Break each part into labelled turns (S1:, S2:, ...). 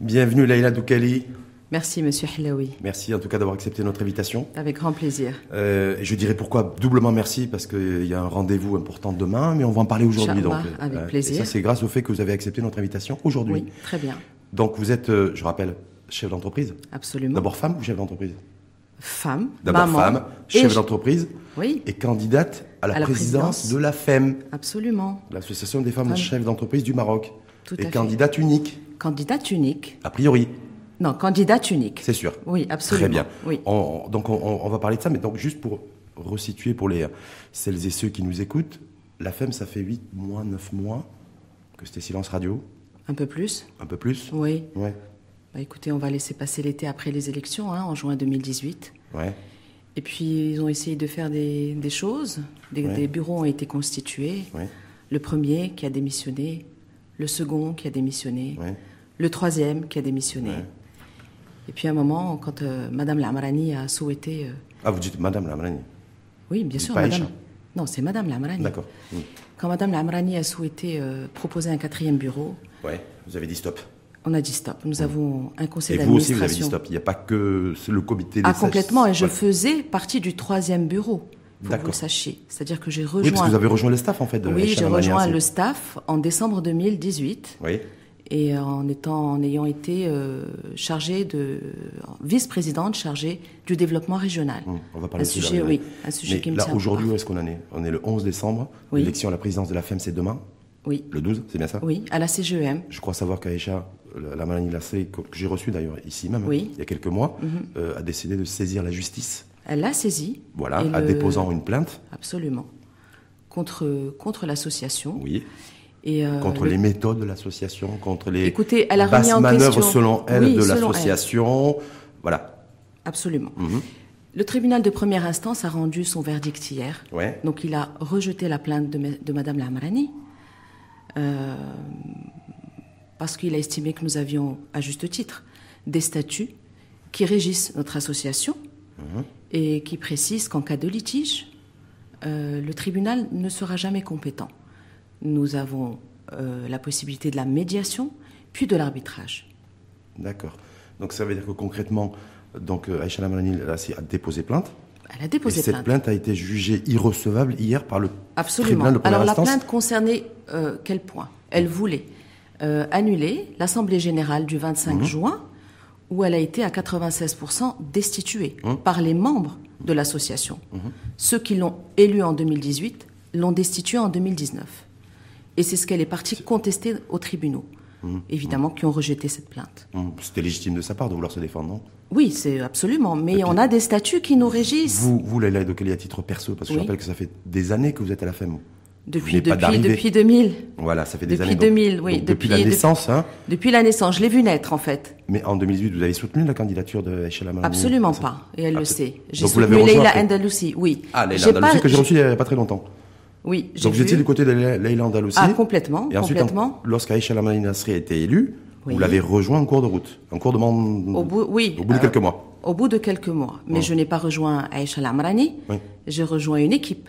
S1: Bienvenue Leïla Doukali.
S2: Merci, monsieur Hilawi.
S1: Merci en tout cas d'avoir accepté notre invitation.
S2: Avec grand plaisir.
S1: Euh, et je dirais pourquoi doublement merci parce qu'il y a un rendez-vous important demain, mais on va en parler aujourd'hui.
S2: Inch'Allah,
S1: Donc,
S2: avec
S1: euh,
S2: plaisir.
S1: Et ça c'est grâce au fait que vous avez accepté notre invitation aujourd'hui.
S2: Oui, très bien.
S1: Donc vous êtes, euh, je rappelle, chef d'entreprise.
S2: Absolument.
S1: D'abord femme ou chef d'entreprise
S2: Femme.
S1: D'abord
S2: maman,
S1: femme,
S2: et
S1: chef
S2: je-
S1: d'entreprise
S2: Oui,
S1: et candidate à la,
S2: À la
S1: présidence,
S2: présidence.
S1: de la FEM,
S2: absolument.
S1: l'association des femmes
S2: Femme.
S1: chefs d'entreprise du Maroc.
S2: Tout à
S1: et
S2: fait.
S1: candidate unique,
S2: Candidate unique.
S1: a priori,
S2: Non, candidate unique.
S1: c'est sûr.
S2: Oui, absolument.
S1: Très bien.
S2: Oui.
S1: On- on- donc on, on- on va parler de ça, mais donc juste pour resituer pour les, celles et ceux qui nous écoutent, la FEM, ça fait 8 mois, 9 mois que c'était silence radio,
S2: Un peu plus
S1: un peu plus.
S2: Oui.
S1: Ouais,
S2: Bah, écoutez, on va laisser passer l'été après les élections, hein, en juin 2018.
S1: ouais.
S2: Et puis, ils ont essayé de faire des, des choses. Des,
S1: Ouais.
S2: des bureaux ont été constitués.
S1: Ouais.
S2: Le premier qui a démissionné, le second qui a démissionné,
S1: Ouais.
S2: le troisième qui a démissionné. Et puis, à un moment, quand euh, Madame Lamrani a souhaité. euh,
S1: Ah, vous dites Madame la Malanie.
S2: oui, bien
S1: Dites
S2: sûr,
S1: pas
S2: Madame.
S1: Aïcha.
S2: Non, c'est Madame Lamrani.
S1: D'accord. Mm.
S2: Quand Madame Lamrani a souhaité euh, proposer un quatrième bureau,
S1: Ouais, vous avez dit stop.
S2: on a dit stop. Nous avons un
S1: Et
S2: conseil
S1: vous aussi,
S2: d'administration.
S1: vous avez dit stop. Il n'y a pas que c'est le comité des
S2: Ah,
S1: sages-
S2: complètement. Et je
S1: Voilà.
S2: faisais partie du troisième bureau, pour que vous
S1: D'accord.
S2: le sachiez. C'est-à-dire que j'ai
S1: Oui,
S2: rejoint.
S1: parce que vous avez rejoint le staff, en fait, de
S2: Oui,
S1: Aïcha
S2: j'ai
S1: Lamrani,
S2: rejoint
S1: hein,
S2: le
S1: c'est-
S2: staff en décembre 2018
S1: Oui,
S2: et euh, en, étant, en ayant été euh, chargée de vice-présidente chargée du développement régional.
S1: Mm. on va parler
S2: un
S1: de celui-là,
S2: sujet,
S1: regardez.
S2: oui, un sujet
S1: Mais
S2: qui me
S1: là,
S2: tient à
S1: aujourd'hui,
S2: cœur.
S1: où est-ce qu'on en est On est le 11 décembre.
S2: Oui.
S1: L'élection à la présidence de la FEM, c'est demain.
S2: Oui,
S1: Le 12, c'est bien ça
S2: oui, à la E CGEM.
S1: Je crois savoir qu'Aïcha, la la Malani Lassé, que que j'ai reçue d'ailleurs ici même,
S2: Oui. Mhm.
S1: il y a quelques mois, euh, a décidé de saisir la justice,
S2: Elle l'a saisi.
S1: voilà,
S2: et
S1: en
S2: le-
S1: déposant une plainte,
S2: Absolument. Contre, contre l'association.
S1: oui,
S2: Et, euh,
S1: contre
S2: le-
S1: les méthodes de l'association, contre les
S2: Écoutez, elle a remis
S1: basses
S2: en
S1: manœuvres
S2: question-
S1: selon elle
S2: Oui,
S1: de
S2: selon elle.
S1: l'association, voilà,
S2: Absolument.
S1: Mhm.
S2: Le tribunal de première instance a rendu son verdict hier.
S1: ouais,
S2: Donc il a rejeté la plainte de, me- de Madame Lamrani euh, parce qu'il a estimé que nous avions, à juste titre, des statuts qui régissent notre association
S1: Mhm.
S2: et qui précisent qu'en cas de litige, euh, le tribunal ne sera jamais compétent. Nous avons euh, la possibilité de la médiation, puis de l'arbitrage.
S1: d'accord. Donc ça veut dire que concrètement, donc euh, Aïcha la Malani Lassé a déposé plainte,
S2: Elle a
S1: et
S2: déposé
S1: cette
S2: plainte.
S1: plainte a été jugée irrecevable hier par le
S2: Absolument.
S1: tribunal de première
S2: Alors la
S1: instance.
S2: plainte concernait euh, quel point Elle voulait euh, annuler l'Assemblée générale du
S1: Mhm.
S2: 25 juin où elle a été à 96% destituée
S1: Mhm.
S2: par les membres de l'association. Ceux qui l'ont élue en 2018 l'ont destituée en 2019. Et c'est ce qu'elle est partie contester aux tribunaux,
S1: Mhm.
S2: évidemment, qui ont rejeté cette plainte.
S1: Hum, C'était légitime de sa part de vouloir se défendre, non
S2: Oui, c'est absolument, mais on a des statuts qui nous régissent.
S1: Vous, vous Leïla Dokeli, à titre perso, parce que je
S2: Oui.
S1: rappelle que ça fait des années que vous êtes à la FEM. Vous
S2: Depuis,
S1: venez pas
S2: depuis,
S1: d'arriver.
S2: depuis 2000.
S1: Voilà, ça fait des
S2: depuis
S1: années. donc-
S2: 2000, oui,
S1: donc depuis,
S2: depuis-
S1: la
S2: depuis-
S1: naissance, hein.
S2: Depuis la naissance, je l'ai vue naître en fait.
S1: Mais en 2018, vous avez soutenu la candidature de Echela Malami
S2: Absolument pas, et elle le sait. J'ai
S1: Mmh. Donc vous l'avez
S2: soutenu
S1: rejoint
S2: Leila
S1: après.
S2: Andalousi, oui.
S1: Ah, Leïla
S2: J'ai pas-
S1: Andalousi, que j'ai reçue il n'y a pas très longtemps.
S2: Oui, j'ai
S1: Donc vous étiez
S2: vu.
S1: du côté de Leïla- Leïla Andalousi.
S2: Ah, complètement,
S1: Et ensuite,
S2: complètement.
S1: en- lorsque Aïcha Malami Nasri a été élue,
S2: Oui.
S1: vous l'avez rejoint en cours de route. En cours de man-
S2: Au bout, oui.
S1: Au bout de
S2: euh,
S1: quelques mois. Mmh.
S2: Au bout de quelques mois. Mais je n'ai pas rejoint Aïcha Lamrani.
S1: Oui.
S2: J'ai rejoint une équipe.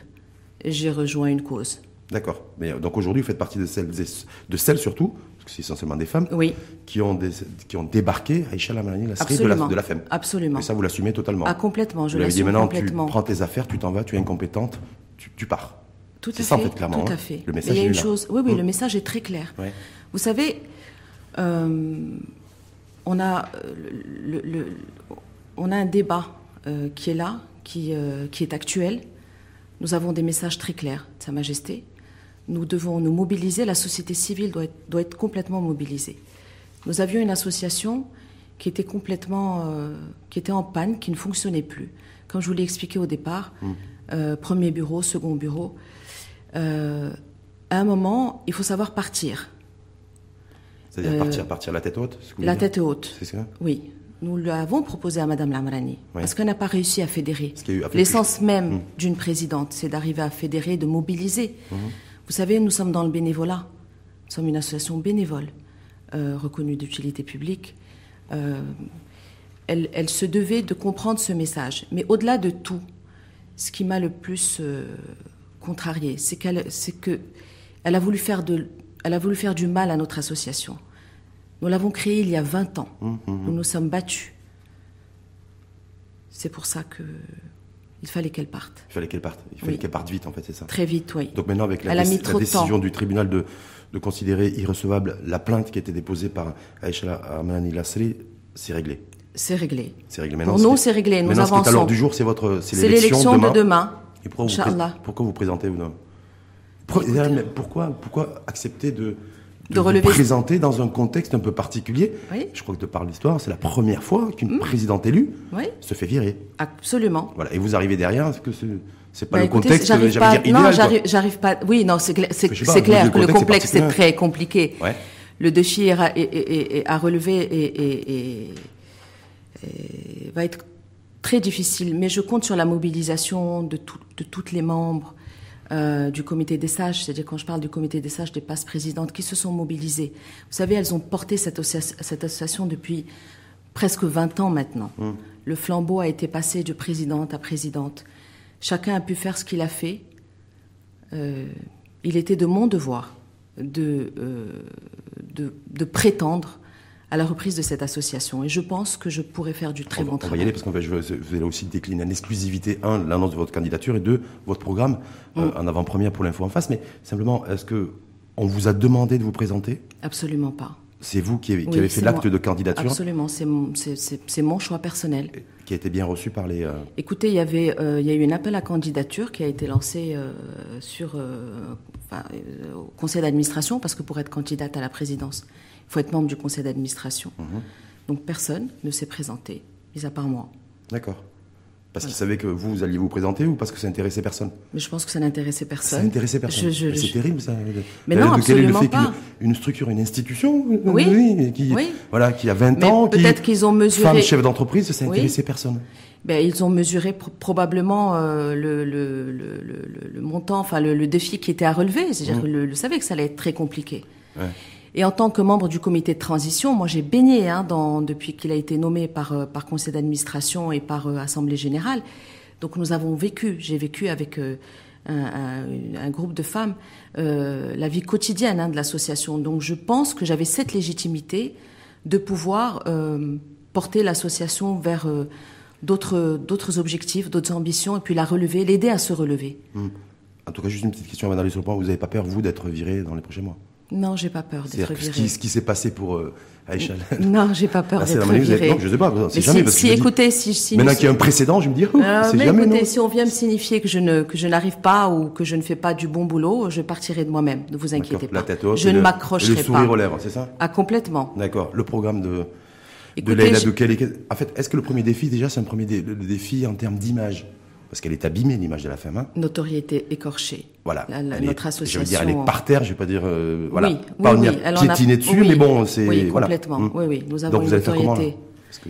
S2: J'ai rejoint une cause.
S1: D'accord. Mais euh, donc aujourd'hui, vous faites partie de celles, et- de celles surtout, parce que c'est essentiellement des femmes,
S2: Oui.
S1: qui, ont des- qui ont débarqué Aïcha Malami Nasri de la,
S2: Absolument.
S1: de la E FEM.
S2: Absolument.
S1: Et ça, vous l'assumez totalement.
S2: Ah, complètement, je
S1: vous l'avez dit
S2: l'assume
S1: maintenant,
S2: complètement.
S1: tu prends tes affaires, tu t'en vas, tu es incompétente, tu, tu pars.
S2: Tout
S1: C'est
S2: à
S1: ça, en
S2: fait,
S1: fait, clairement.
S2: Tout
S1: hein.
S2: à fait.
S1: Le
S2: Mais
S1: message
S2: il y a
S1: est
S2: une
S1: là. Mmh.
S2: chose. Oui, oui, le message est très clair.
S1: Ouais.
S2: Vous savez, euh, on a euh, le- le- le- on a un débat euh, qui est là, qui euh, qui est actuel. Nous avons des messages très clairs de Sa Majesté. Nous devons nous mobiliser. La société civile doit être, doit être complètement mobilisée. Nous avions une association qui était complètement, euh, qui était en panne, qui ne fonctionnait plus. Comme je vous l'ai expliqué au départ, euh, premier bureau, second bureau. Euh, à un moment, il faut savoir partir,
S1: C'est-à-dire partir, partir la tête haute c'est ce que vous
S2: euh, la
S1: voulez dire
S2: tête haute.
S1: C'est ça
S2: Oui, nous l'avons proposé à Madame Lamrani, parce qu'on n'a pas réussi à fédérer.
S1: qu'il y a eu- avec
S2: L'essence même
S1: Hum.
S2: d'une présidente, c'est d'arriver à fédérer, de mobiliser. Vous savez, nous sommes dans le bénévolat. Nous sommes une association bénévole, euh, reconnue d'utilité publique. Euh, elle, elle se devait de comprendre ce message. Mais au-delà de tout, ce qui m'a le plus euh, contrarié, c'est qu'elle, c'est que elle a voulu faire de, elle a voulu faire du mal à notre association Nous l'avons créé il y a 20 ans.
S1: Hum, hum.
S2: Nous nous sommes battus. C'est pour ça que il fallait qu'elle parte.
S1: Il fallait qu'elle parte. Il fallait
S2: Oui.
S1: qu'elle parte vite, en fait, c'est ça.
S2: Très vite, oui.
S1: Donc maintenant, avec la,
S2: Elle a
S1: déc-
S2: mis
S1: la
S2: trop de
S1: décision
S2: temps.
S1: du tribunal de, de considérer irrecevable la plainte qui a été déposée par Aïcha Amani Lassri, c'est réglé.
S2: C'est réglé.
S1: C'est réglé maintenant.
S2: Pour nous,
S1: ce qui-
S2: c'est réglé. Nous
S1: maintenant, ce qui est à
S2: avançons.
S1: l'ordre du jour, c'est votre, c'est
S2: C'est l'élection de demain.
S1: Et pourquoi vous, pré-
S2: Inch'Allah.
S1: pourquoi vous présentez vous non Pro- mais pourquoi, pourquoi accepter de,
S2: De
S1: vous
S2: relever-
S1: présenter dans un contexte un peu particulier
S2: Oui. Mm.
S1: Je crois que de par l'histoire, c'est la première fois qu'une présidente élue
S2: Oui,
S1: se fait virer.
S2: absolument.
S1: Voilà. Et vous arrivez derrière, est-ce que c'est, c'est pas
S2: Bah,
S1: le
S2: écoutez,
S1: contexte, euh,
S2: j'arrive
S1: j'allais
S2: pas-
S1: dire
S2: Non,
S1: idéal, quoi.
S2: j'arrive, j'arrive pas. Oui, non, c'est, cla- c'est,
S1: Je sais pas,
S2: c'est
S1: le
S2: clair
S1: contexte
S2: que le
S1: est
S2: complexe c'est
S1: particulier.
S2: très compliqué.
S1: Ouais.
S2: Le défi à, et- et- et- à relever et, et- et- et va être très difficile. Mais je compte sur la mobilisation de, tout- de toutes les membres euh, du comité des sages. C'est-à-dire quand je parle du comité des sages, des passes présidentes qui se sont mobilisées. Vous savez, elles ont porté cette, associa- cette association depuis presque 20 ans maintenant. Le flambeau a été passé de présidente à présidente. Chacun a pu faire ce qu'il a fait. Euh, il était de mon devoir de, euh, de, de prétendre à la reprise de cette association. Et je pense que je pourrais faire du très
S1: on, va-
S2: bon
S1: on va y
S2: travail.
S1: aller parce qu'on va, je vais- vous allez aussi décliner en exclusivité, un, l'annonce de votre candidature et deux, votre programme
S2: Mm.
S1: euh, en avant-première pour l'info en face. Mais simplement, est-ce que on vous a demandé de vous présenter
S2: Absolument pas.
S1: C'est vous qui, avez- qui
S2: Oui,
S1: avez fait
S2: c'est
S1: l'acte
S2: moi.
S1: de candidature
S2: Absolument, c'est mon, c'est- c'est- c'est mon choix personnel.
S1: qui a été bien reçu par les. euh,
S2: Écoutez, il y avait, euh, il y a eu un appel à candidature qui a été lancé euh, sur euh, enfin, euh, au conseil d'administration parce que pour être candidate à la présidence, il faut être membre du conseil d'administration.
S1: Mhm.
S2: Donc personne ne s'est présenté, mis à part moi.
S1: D'accord. Parce qu'ils savaient que vous, vous alliez vous présenter ou parce que ça intéressait personne
S2: Mais je pense que ça n'intéressait personne.
S1: Ça n'intéressait personne.
S2: Je- je-
S1: Mais c'est
S2: je-
S1: terrible ça.
S2: Mais
S1: La-
S2: non,
S1: de quel est le
S2: absolument
S1: fait qu'une-
S2: pas.
S1: Une structure, une institution, euh,
S2: Oui.
S1: oui, qui,
S2: Oui.
S1: Voilà, qui a 20
S2: Mais
S1: ans,
S2: peut-être qu'ils ont mesuré-
S1: Femme chef d'entreprise, ça
S2: Oui.
S1: n'intéressait personne.
S2: Ben, ils ont mesuré pro- probablement euh, le, le, le, le- le montant, enfin le, le défi qui était à relever.
S1: Mm.
S2: C'est-à-dire qu'ils le, le savaient que ça allait être très compliqué.
S1: Ouais.
S2: Et en tant que membre du comité de transition, moi j'ai baigné hein, dans, depuis qu'il a été nommé par, euh, par conseil d'administration et par euh, assemblée générale. Donc nous avons vécu, j'ai vécu avec euh, un, un- un groupe de femmes euh, la vie quotidienne hein, de l'association. Donc je pense que j'avais cette légitimité de pouvoir euh, porter l'association vers euh, d'autres d'autres objectifs, d'autres ambitions, et puis la relever, l'aider à se relever.
S1: En tout cas, juste une petite question avant d'aller sur le point. Vous n'avez pas peur, vous, d'être viré dans les prochains mois
S2: Non, j'ai pas peur d'être
S1: C'est-à-dire que ce
S2: virée.
S1: qui, ce qui s'est passé pour euh, Aïcha. là,
S2: Non, j'ai pas peur
S1: Ah, c'est la
S2: d'être
S1: manière où vous avez-
S2: virée.
S1: Non, je sais pas, c'est
S2: Mais
S1: jamais
S2: si,
S1: parce que
S2: si,
S1: je me dis-
S2: écoutez, si, si
S1: Maintenant
S2: nous-
S1: qu'il y a un précédent, je me dis, oh,
S2: Euh,
S1: c'est
S2: mais
S1: jamais
S2: écoutez,
S1: non.
S2: si on vient me signifier que je ne que je n'arrive pas ou que je ne fais pas du bon boulot, je partirai de moi-même. Ne vous inquiétez
S1: D'accord,
S2: pas.
S1: La tête haute,
S2: je
S1: et
S2: ne
S1: le- et
S2: m'accrocherai
S1: Le sourire
S2: pas.
S1: aux lèvres, c'est ça
S2: Ah complètement.
S1: D'accord. Le programme de, de
S2: Écoutez,
S1: Leïla
S2: je-
S1: Boukel est- En fait, est-ce que le premier défi, déjà, c'est un premier dé- le défi en termes d'image Parce qu'elle est abîmée, l'image de la femme. hein.
S2: Notoriété écorchée.
S1: Voilà.
S2: La- la-
S1: Elle est-
S2: notre
S1: Je
S2: association.
S1: veux dire, elle est par terre, je vais pas dire. euh, voilà.
S2: Oui,
S1: pas
S2: oui,
S1: venir
S2: oui, elle en a-
S1: piétiner dessus,
S2: oui,
S1: mais bon, c'est.
S2: oui,
S1: voilà.
S2: complètement.
S1: Mm.
S2: Oui, oui, nous avons
S1: Donc vous
S2: une
S1: allez faire comment là
S2: notoriété.
S1: Parce que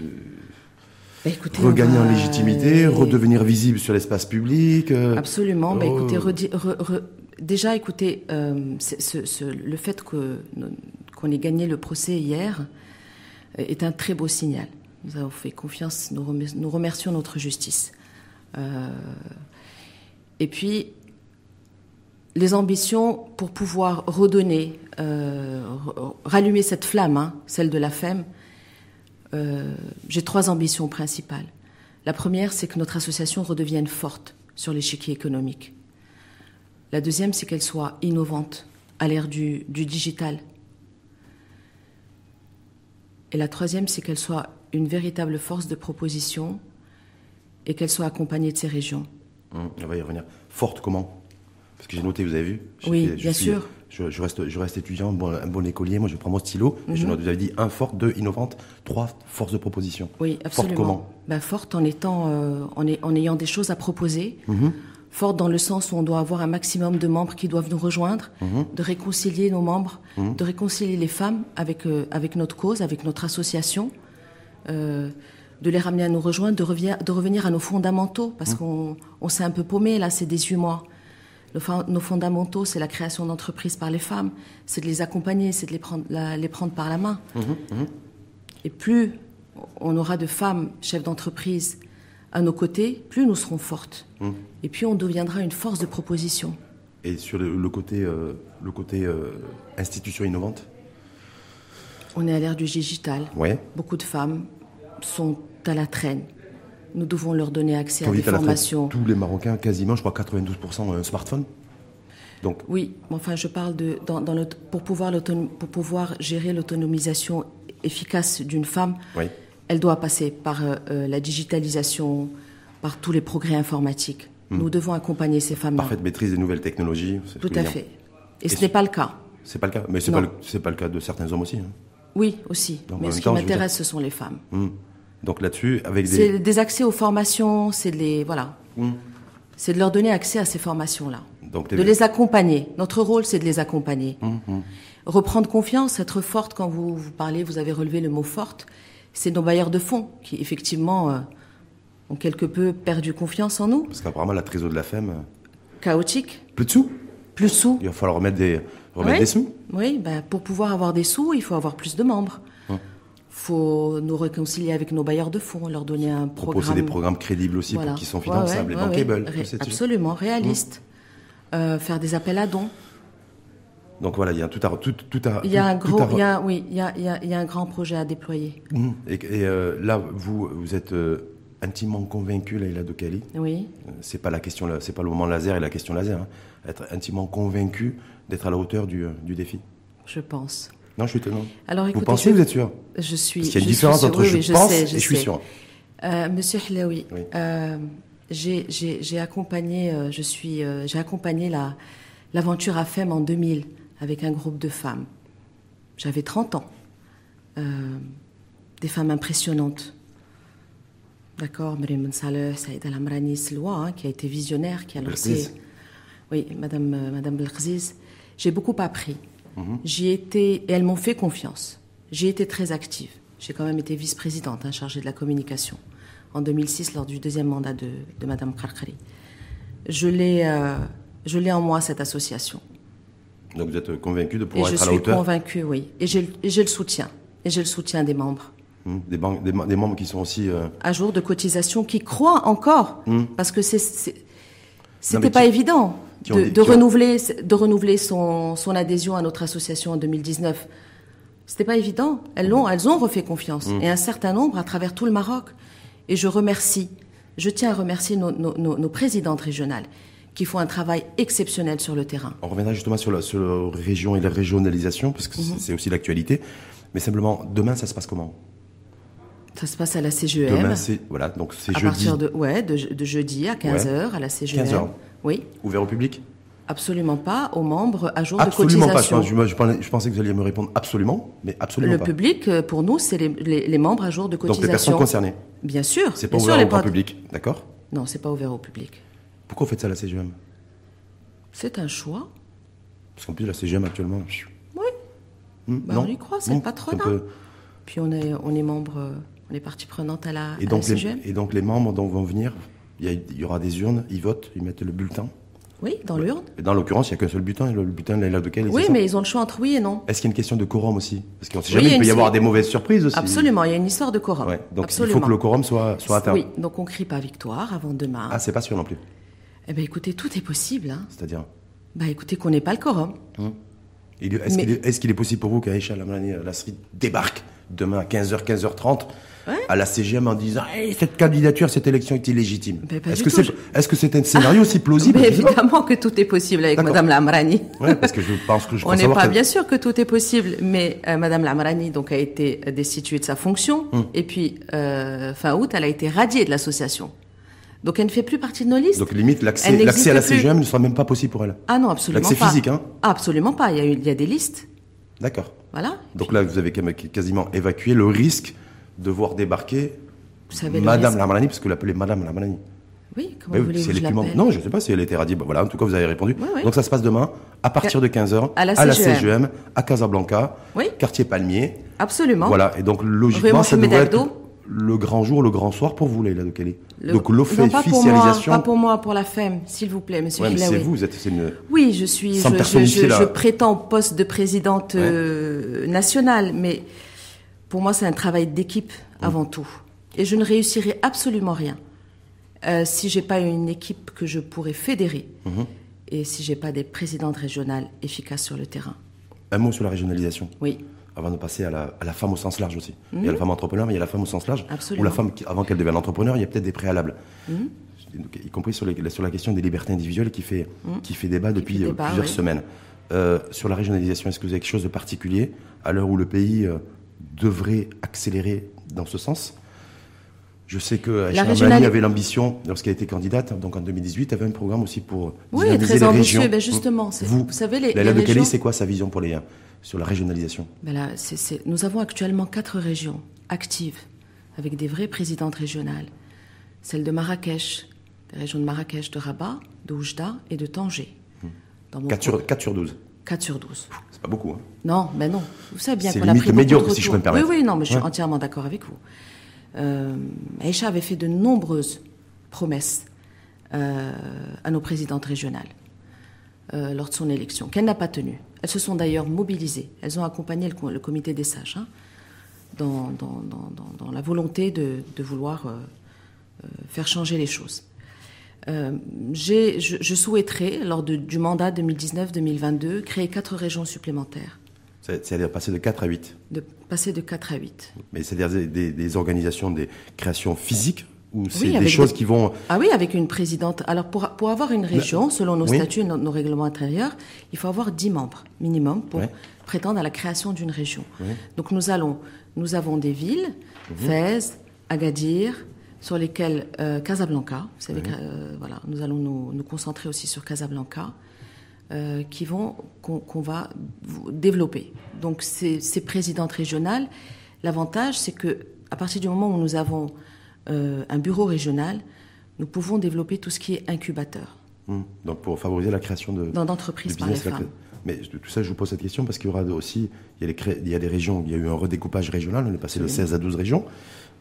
S2: Bah, écoutez, on
S1: regagner en
S2: va-
S1: légitimité, redevenir visible sur l'espace public. euh,
S2: Absolument. Bah,
S1: oh.
S2: écoutez, redi- re- re- déjà, écoutez, euh, c'est- ce- ce- le fait que nous- qu'on ait gagné le procès hier euh, est un très beau signal. Nous avons fait confiance, nous, remer- nous remercions notre justice. Euh, et puis, les ambitions pour pouvoir redonner, euh, r- rallumer cette flamme, hein, celle de la femme, euh, j'ai trois ambitions principales. La première, c'est que notre association redevienne forte sur l'échiquier économique. La deuxième, c'est qu'elle soit innovante à l'ère du, du digital. Et la troisième, c'est qu'elle soit une véritable force de proposition et qu'elle soit accompagnée de ses régions.
S1: Hum, on va y revenir. Forte comment Parce que j'ai noté, vous avez vu j'ai
S2: Oui,
S1: fait- je
S2: bien sûr.
S1: Je, je reste, je reste étudiant, bon- un bon écolier. Moi, je prends mon stylo. et
S2: Mhm.
S1: Je note, vous avez dit un forte, deux innovante, trois force de proposition.
S2: Oui, absolument.
S1: Forte comment
S2: Bah, forte en, étant, euh, en, ai- en ayant des choses à proposer. Forte dans le sens où on doit avoir un maximum de membres qui doivent nous rejoindre, de réconcilier nos membres, de réconcilier les femmes avec, euh, avec notre cause, avec notre association, euh, de les ramener à nous rejoindre, de, revia- de revenir à nos fondamentaux, parce qu'on on s'est un peu paumé là ces 18 mois. Nos, fon- nos fondamentaux, c'est la création d'entreprises par les femmes, c'est de les accompagner, c'est de les prendre, la- les prendre par la main. Et plus on aura de femmes chefs d'entreprise à nos côtés, plus nous serons fortes.
S1: Hmm.
S2: Et puis on deviendra une force de proposition.
S1: Et sur le, le côté, euh, le côté euh, institution innovante
S2: On est à l'ère du digital.
S1: Ouais.
S2: Beaucoup de femmes sont à la traîne. Nous devons leur donner accès
S1: Quand
S2: à
S1: vous
S2: des
S1: dites à la traite,
S2: formations.
S1: tous les Marocains, quasiment, je crois 92% ont un euh, smartphone. Donc,
S2: Oui, mais enfin, je parle de dans, dans l'aut- pour pouvoir l'autonom- pour pouvoir gérer l'autonomisation efficace d'une femme.
S1: Oui.
S2: Elle doit passer par euh, euh, la digitalisation, par tous les progrès informatiques.
S1: Hmm.
S2: Nous devons accompagner ces femmes-là.
S1: parfaite maîtrise des nouvelles technologies. c'est ce
S2: Tout
S1: que je
S2: à
S1: veux dire.
S2: fait. Et, ce n'est pas le cas.
S1: C'est pas le cas. Mais c'est
S2: Non.
S1: pas, le- c'est pas le cas de certains hommes aussi. hein.
S2: Oui, aussi.
S1: Non, en
S2: mais ce
S1: même
S2: qui
S1: temps, je veux
S2: m'intéresse, ce sont les femmes.
S1: Hmm. Donc là-dessus, avec
S2: C'est
S1: des.
S2: des accès aux formations, c'est de les voilà. C'est de leur donner accès à ces formations-là,
S1: Donc, Hum. t'es- Hum,
S2: de les accompagner. Notre rôle, c'est de les accompagner. Reprendre confiance, être forte quand vous, vous parlez, vous avez relevé le mot forte. C'est nos bailleurs de fonds qui, effectivement, euh, ont quelque peu perdu confiance en nous.
S1: Parce qu'apparemment, la trésor de la femme, euh,
S2: Chaotique,
S1: plus de sous.
S2: plus sous.
S1: Il va falloir remettre des, remettre
S2: Oui.
S1: des sous.
S2: Oui, ben, pour pouvoir avoir des sous, il faut avoir plus de membres. Il faut nous réconcilier avec nos bailleurs de fonds, leur donner un programme.
S1: Proposer des programmes crédibles aussi
S2: Voilà.
S1: pour qu'ils sont
S2: Ouais,
S1: finançables
S2: ouais,
S1: et
S2: ouais,
S1: bancables.
S2: ouais. Ré-
S1: tout ce type.
S2: absolument, réaliste. Euh, faire des appels à dons.
S1: Donc voilà, il y a tout à. Tout, tout à
S2: Il y a un
S1: tout
S2: gros,
S1: à-
S2: il y a, oui, il y a, il y a- il y a un grand projet à déployer.
S1: Hmm. Et, et, euh, là, vous, vous êtes euh, intimement convaincu, Laïla Dokali.
S2: Oui,
S1: Euh, C'est pas la question, là, c'est pas le moment laser et la question laser. hein. Être intimement convaincu d'être à la hauteur du, euh, du défi.
S2: je pense.
S1: Non, je suis étonnant.
S2: Alors,
S1: vous
S2: écoutez,
S1: pensez,
S2: je-
S1: vous êtes sûr
S2: Je suis.
S1: Parce qu'il y a une
S2: je suis
S1: différence
S2: sûre-
S1: entre
S2: oui,
S1: je
S2: oui,
S1: pense
S2: sais,
S1: et je suis
S2: sais.
S1: sûr.
S2: Euh, Monsieur Hlaoui,
S1: Oui.
S2: euh, j'ai- j'ai j'ai accompagné, euh, je suis, euh, j'ai accompagné la l'aventure à FEM en 2000 avec un groupe de femmes. J'avais 30 ans, Euh, des femmes impressionnantes. D'accord, Mme Saleh, Saïd Al-Amrani Selwa, hein, qui a été visionnaire, qui a lancé.
S1: Belkhiz.
S2: Oui, Madame, euh, Madame Belkhiz. J'ai beaucoup appris.
S1: Mhm.
S2: J'y étais, et elles m'ont fait confiance. J'ai été très active. J'ai quand même été vice-présidente, hein, chargée de la communication, en 2006, lors du deuxième mandat de, de Madame Karkari. Je l'ai, euh, je l'ai en moi, cette association.
S1: Donc vous êtes convaincu de
S2: et
S1: pouvoir
S2: je
S1: être à la
S2: suis
S1: hauteur
S2: convaincue, oui. Et j'ai, le- et j'ai le soutien. Et j'ai le soutien des membres.
S1: Hmm. des, banques- des, ma- des membres qui sont aussi. euh,
S2: à jour de cotisation qui croient encore, parce que c'est- c'est-
S1: Non, Hmm. mais
S2: c'était pas
S1: qui-
S2: évident
S1: qui ont
S2: de,
S1: des-
S2: de
S1: qui ont-
S2: renouveler, de renouveler son, son adhésion à notre association en 2019. C'était pas évident. Elles l'ont, elles ont refait confiance
S1: Hmm.
S2: et un certain nombre à travers tout le Maroc. Et je remercie, je tiens à remercier nos, nos- nos- nos présidentes régionales qui font un travail exceptionnel sur le terrain.
S1: On reviendra justement sur la, sur la région et la régionalisation, parce que c'est-
S2: Mhm.
S1: c'est aussi l'actualité. Mais simplement, demain, ça se passe comment
S2: Ça se passe à la CGEM.
S1: Demain, c'est voilà, donc c'est
S2: Eh ben, à
S1: jeudi,
S2: partir de, ouais, de, je- de jeudi à 15h à la CGM.
S1: 15 heures.
S2: Oui.
S1: ouvert au public.
S2: Absolument pas aux membres à jour
S1: Absolument
S2: de
S1: pas. Je,
S2: cotisation.
S1: pense- je- moi, je parlais- je pensais que vous alliez me répondre absolument, mais absolument
S2: le
S1: pas.
S2: public, euh, pour nous, c'est les, les- les membres à jour de
S1: Donc
S2: cotisation.
S1: les personnes concernées.
S2: Bien sûr.
S1: C'est pas
S2: bien sûr,
S1: ouvert
S2: les
S1: au grand
S2: portes-
S1: public, d'accord
S2: Non, c'est pas ouvert au public.
S1: Pourquoi vous faites ça à la CGM
S2: C'est un choix.
S1: Parce qu'en plus, la CGM actuellement.
S2: Oui.
S1: hmm,
S2: Bah, on y croit, c'est
S1: non,
S2: le patronat.
S1: un peu-
S2: Puis on est, on est membre, euh, on est partie prenante à la,
S1: Et
S2: à
S1: donc,
S2: la
S1: les,
S2: CGM.
S1: et donc les membres donc, vont venir, il y, a- il y aura des urnes, ils votent, ils mettent le bulletin.
S2: Oui, dans l'urne.
S1: Et dans l'occurrence, il n'y a qu'un seul bulletin, et le bulletin de Laila Doukal,
S2: Oui,
S1: c'est ça
S2: mais ils ont le choix entre oui et non.
S1: Est-ce qu'il y a une question de quorum aussi Parce qu'on sait
S2: Oui,
S1: jamais,
S2: il y a
S1: il peut y
S2: une-
S1: avoir des mauvaises surprises aussi.
S2: Absolument, il y a une histoire de quorum.
S1: Ouais, donc
S2: Absolument.
S1: il faut que le quorum soit, soit atteint.
S2: Oui, donc on crie pas victoire avant demain.
S1: Ah, c'est pas sûr non plus.
S2: eh bien, écoutez, tout est possible. Hein.
S1: C'est-à-dire,
S2: Bah, écoutez, qu'on n'ait pas le quorum.
S1: il- est-ce
S2: Mais-
S1: qu'il est, est-ce qu'il est possible pour vous qu'Aïcha Lamlani Lasri débarque demain à 15h, 15h30 à la CGM en disant Hey, cette candidature, cette élection est illégitime
S2: Ben, pas
S1: Est-ce
S2: du
S1: que
S2: tout, Ah.
S1: c'est est-ce que c'est un scénario aussi plausible
S2: Mais
S1: Je sais pas.
S2: évidemment que tout est possible avec
S1: D'accord.
S2: Madame Lamrani.
S1: Ouais, parce que je pense que je
S2: On
S1: pense
S2: n'est
S1: savoir
S2: pas
S1: que-
S2: bien sûr que tout est possible, mais euh, Madame Lamrani donc a été euh, destituée de sa fonction
S1: Hmm.
S2: et puis euh, fin août elle a été radiée de l'association. Donc elle ne fait plus partie de nos listes.
S1: Donc limite, l'accès
S2: Elle n'existe
S1: l'accès à la
S2: plus.
S1: CGM ne sera même pas possible pour elle.
S2: ah non absolument
S1: l'accès
S2: pas.
S1: physique, hein.
S2: Ah, absolument pas. Il y a eu- il y a des listes,
S1: D'accord.
S2: voilà.
S1: Donc là, vous avez quand même quasiment évacué le risque de voir débarquer
S2: Vous savez le
S1: Madame
S2: risque.
S1: Lamlani, parce que vous l'appelez Madame Lamlani.
S2: Oui, comment
S1: Oui,
S2: voulez-vous
S1: c'est
S2: que je
S1: l'écument-
S2: l'appelle
S1: Non, je ne sais pas si elle était radie. Bah, voilà, en tout cas, vous avez répondu.
S2: Oui, oui.
S1: Donc ça se passe demain, à partir de 15h,
S2: À la CGM.
S1: CGM, à Casablanca,
S2: Oui.
S1: quartier Palmier.
S2: Absolument.
S1: Voilà, et donc logiquement,
S2: Raymond
S1: ça devrait
S2: Chimedagdo.
S1: être le grand jour, le grand soir pour vous, Leïla Dokeli.
S2: Le-
S1: Donc
S2: Non, pas pour moi,
S1: l'officialisation.
S2: pas pour moi, pour la femme, s'il vous plaît, Monsieur
S1: Ouais, mais c'est
S2: Hilaoui.
S1: vous, vous êtes. c'est une-
S2: Oui, je suis. Je,
S1: Sans
S2: je,
S1: personnifier
S2: je-
S1: la-
S2: je prétends au poste de présidente euh, nationale, mais pour moi, c'est un travail d'équipe
S1: Mm.
S2: avant tout. Et je ne réussirai absolument rien euh, si j'ai pas une équipe que je pourrais fédérer
S1: Mm-hmm.
S2: et si j'ai pas des présidentes régionales efficaces sur le terrain.
S1: Un mot sur la régionalisation.
S2: Oui.
S1: avant de passer à la, à la femme au sens large aussi. Il y a la femme entrepreneur, mais il y a la femme au sens large.
S2: Mhm. Absolument. Mhm.
S1: Ou la femme, qui- avant qu'elle devienne entrepreneur, il y a peut-être des préalables. Donc, y compris sur, les- sur la question des libertés individuelles qui fait, qui fait débat depuis
S2: Mhm. fait
S1: euh,
S2: débat,
S1: plusieurs
S2: oui.
S1: semaines. Euh, sur la régionalisation, est-ce que vous avez quelque chose de particulier à l'heure où le pays euh, devrait accélérer dans ce sens je sais que euh, Aïcha Amani
S2: régionali-
S1: avait l'ambition, lorsqu'elle était candidate, donc en 2018, avait un programme aussi pour euh,
S2: Oui,
S1: dynamiser
S2: très
S1: les
S2: ambitieux.
S1: régions.
S2: Ben justement, c'est-
S1: vous,
S2: vous savez, les-
S1: Leila
S2: les
S1: Bekele,
S2: régions-
S1: c'est quoi sa vision pour les, euh, sur la régionalisation
S2: Ben là, c'est- c'est- nous avons actuellement quatre régions actives, avec des vraies présidentes régionales. Celle de Marrakech, les régions de Marrakech, de Rabat, de Oujda et de Tanger. Dans mon
S1: 4 Mm. sur, 4 sur 12,
S2: 4 sur 12.
S1: c'est pas beaucoup. hein.
S2: Non, mais non. Vous savez bien
S1: C'est
S2: qu'on a
S1: limite
S2: pris beaucoup de
S1: médiocre, si je peux me
S2: retours.
S1: permettre.
S2: Oui, oui, non, mais je suis
S1: Ouais.
S2: entièrement d'accord avec vous. Euh, Aïcha avait fait de nombreuses promesses euh, à nos présidentes régionales euh, lors de son élection, qu'elle n'a pas tenue. Elles se sont d'ailleurs mobilisées. Elles ont accompagné le, co- le comité des sages hein, dans, dans- dans- dans- dans la volonté de, de vouloir euh, euh, faire changer les choses. Euh, j'ai- je, je souhaiterais, lors de- du mandat 2019-2022, créer quatre régions supplémentaires
S1: C'est- C'est-à-dire passer de 4 à 8.
S2: de passer de 4 à 8.
S1: Mais c'est-à-dire des, des- des organisations, des créations physiques ou c'est des
S2: avec
S1: choses
S2: des-
S1: qui vont.
S2: Ah oui, avec une présidente. Alors, pour, pour avoir une région, selon nos
S1: oui.
S2: statuts et nos, nos règlements intérieurs, il faut avoir 10 membres minimum pour
S1: Ouais.
S2: prétendre à la création d'une région. Donc, nous, allons, nous avons des villes, Fès, Agadir, sur lesquelles euh, Casablanca, vous savez, que, euh, voilà, nous allons nous, nous concentrer aussi sur Casablanca, euh, qui vont, qu'on qu'on va v- développer. Donc, ces, ces présidentes régionales, l'avantage, c'est que à partir du moment où nous avons euh, un bureau régional, nous pouvons développer tout ce qui est incubateur
S1: Hmm. Donc pour favoriser la création de.
S2: dans
S1: du
S2: l'entreprise par les
S1: business, la
S2: femmes.
S1: cré- Mais je- tout ça, je vous pose cette question parce qu'il y aura aussi. Il y, a les cré- il y a des régions, où il y a eu un redécoupage régional, on est passé de 16 à 12 régions.